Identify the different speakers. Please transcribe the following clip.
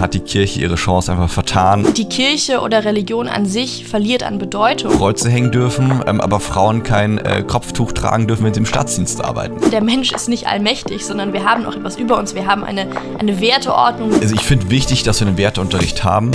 Speaker 1: hat die Kirche ihre Chance einfach vertan.
Speaker 2: Die Kirche oder Religion an sich verliert an Bedeutung.
Speaker 1: Kreuze hängen dürfen, ähm, aber Frauen kein äh, Kopftuch tragen dürfen, wenn sie im Staatsdienst arbeiten.
Speaker 2: Der Mensch ist nicht allmächtig, sondern wir haben auch etwas über uns. Wir haben eine, eine Werteordnung.
Speaker 1: Also ich finde wichtig, dass wir einen Werteunterricht haben.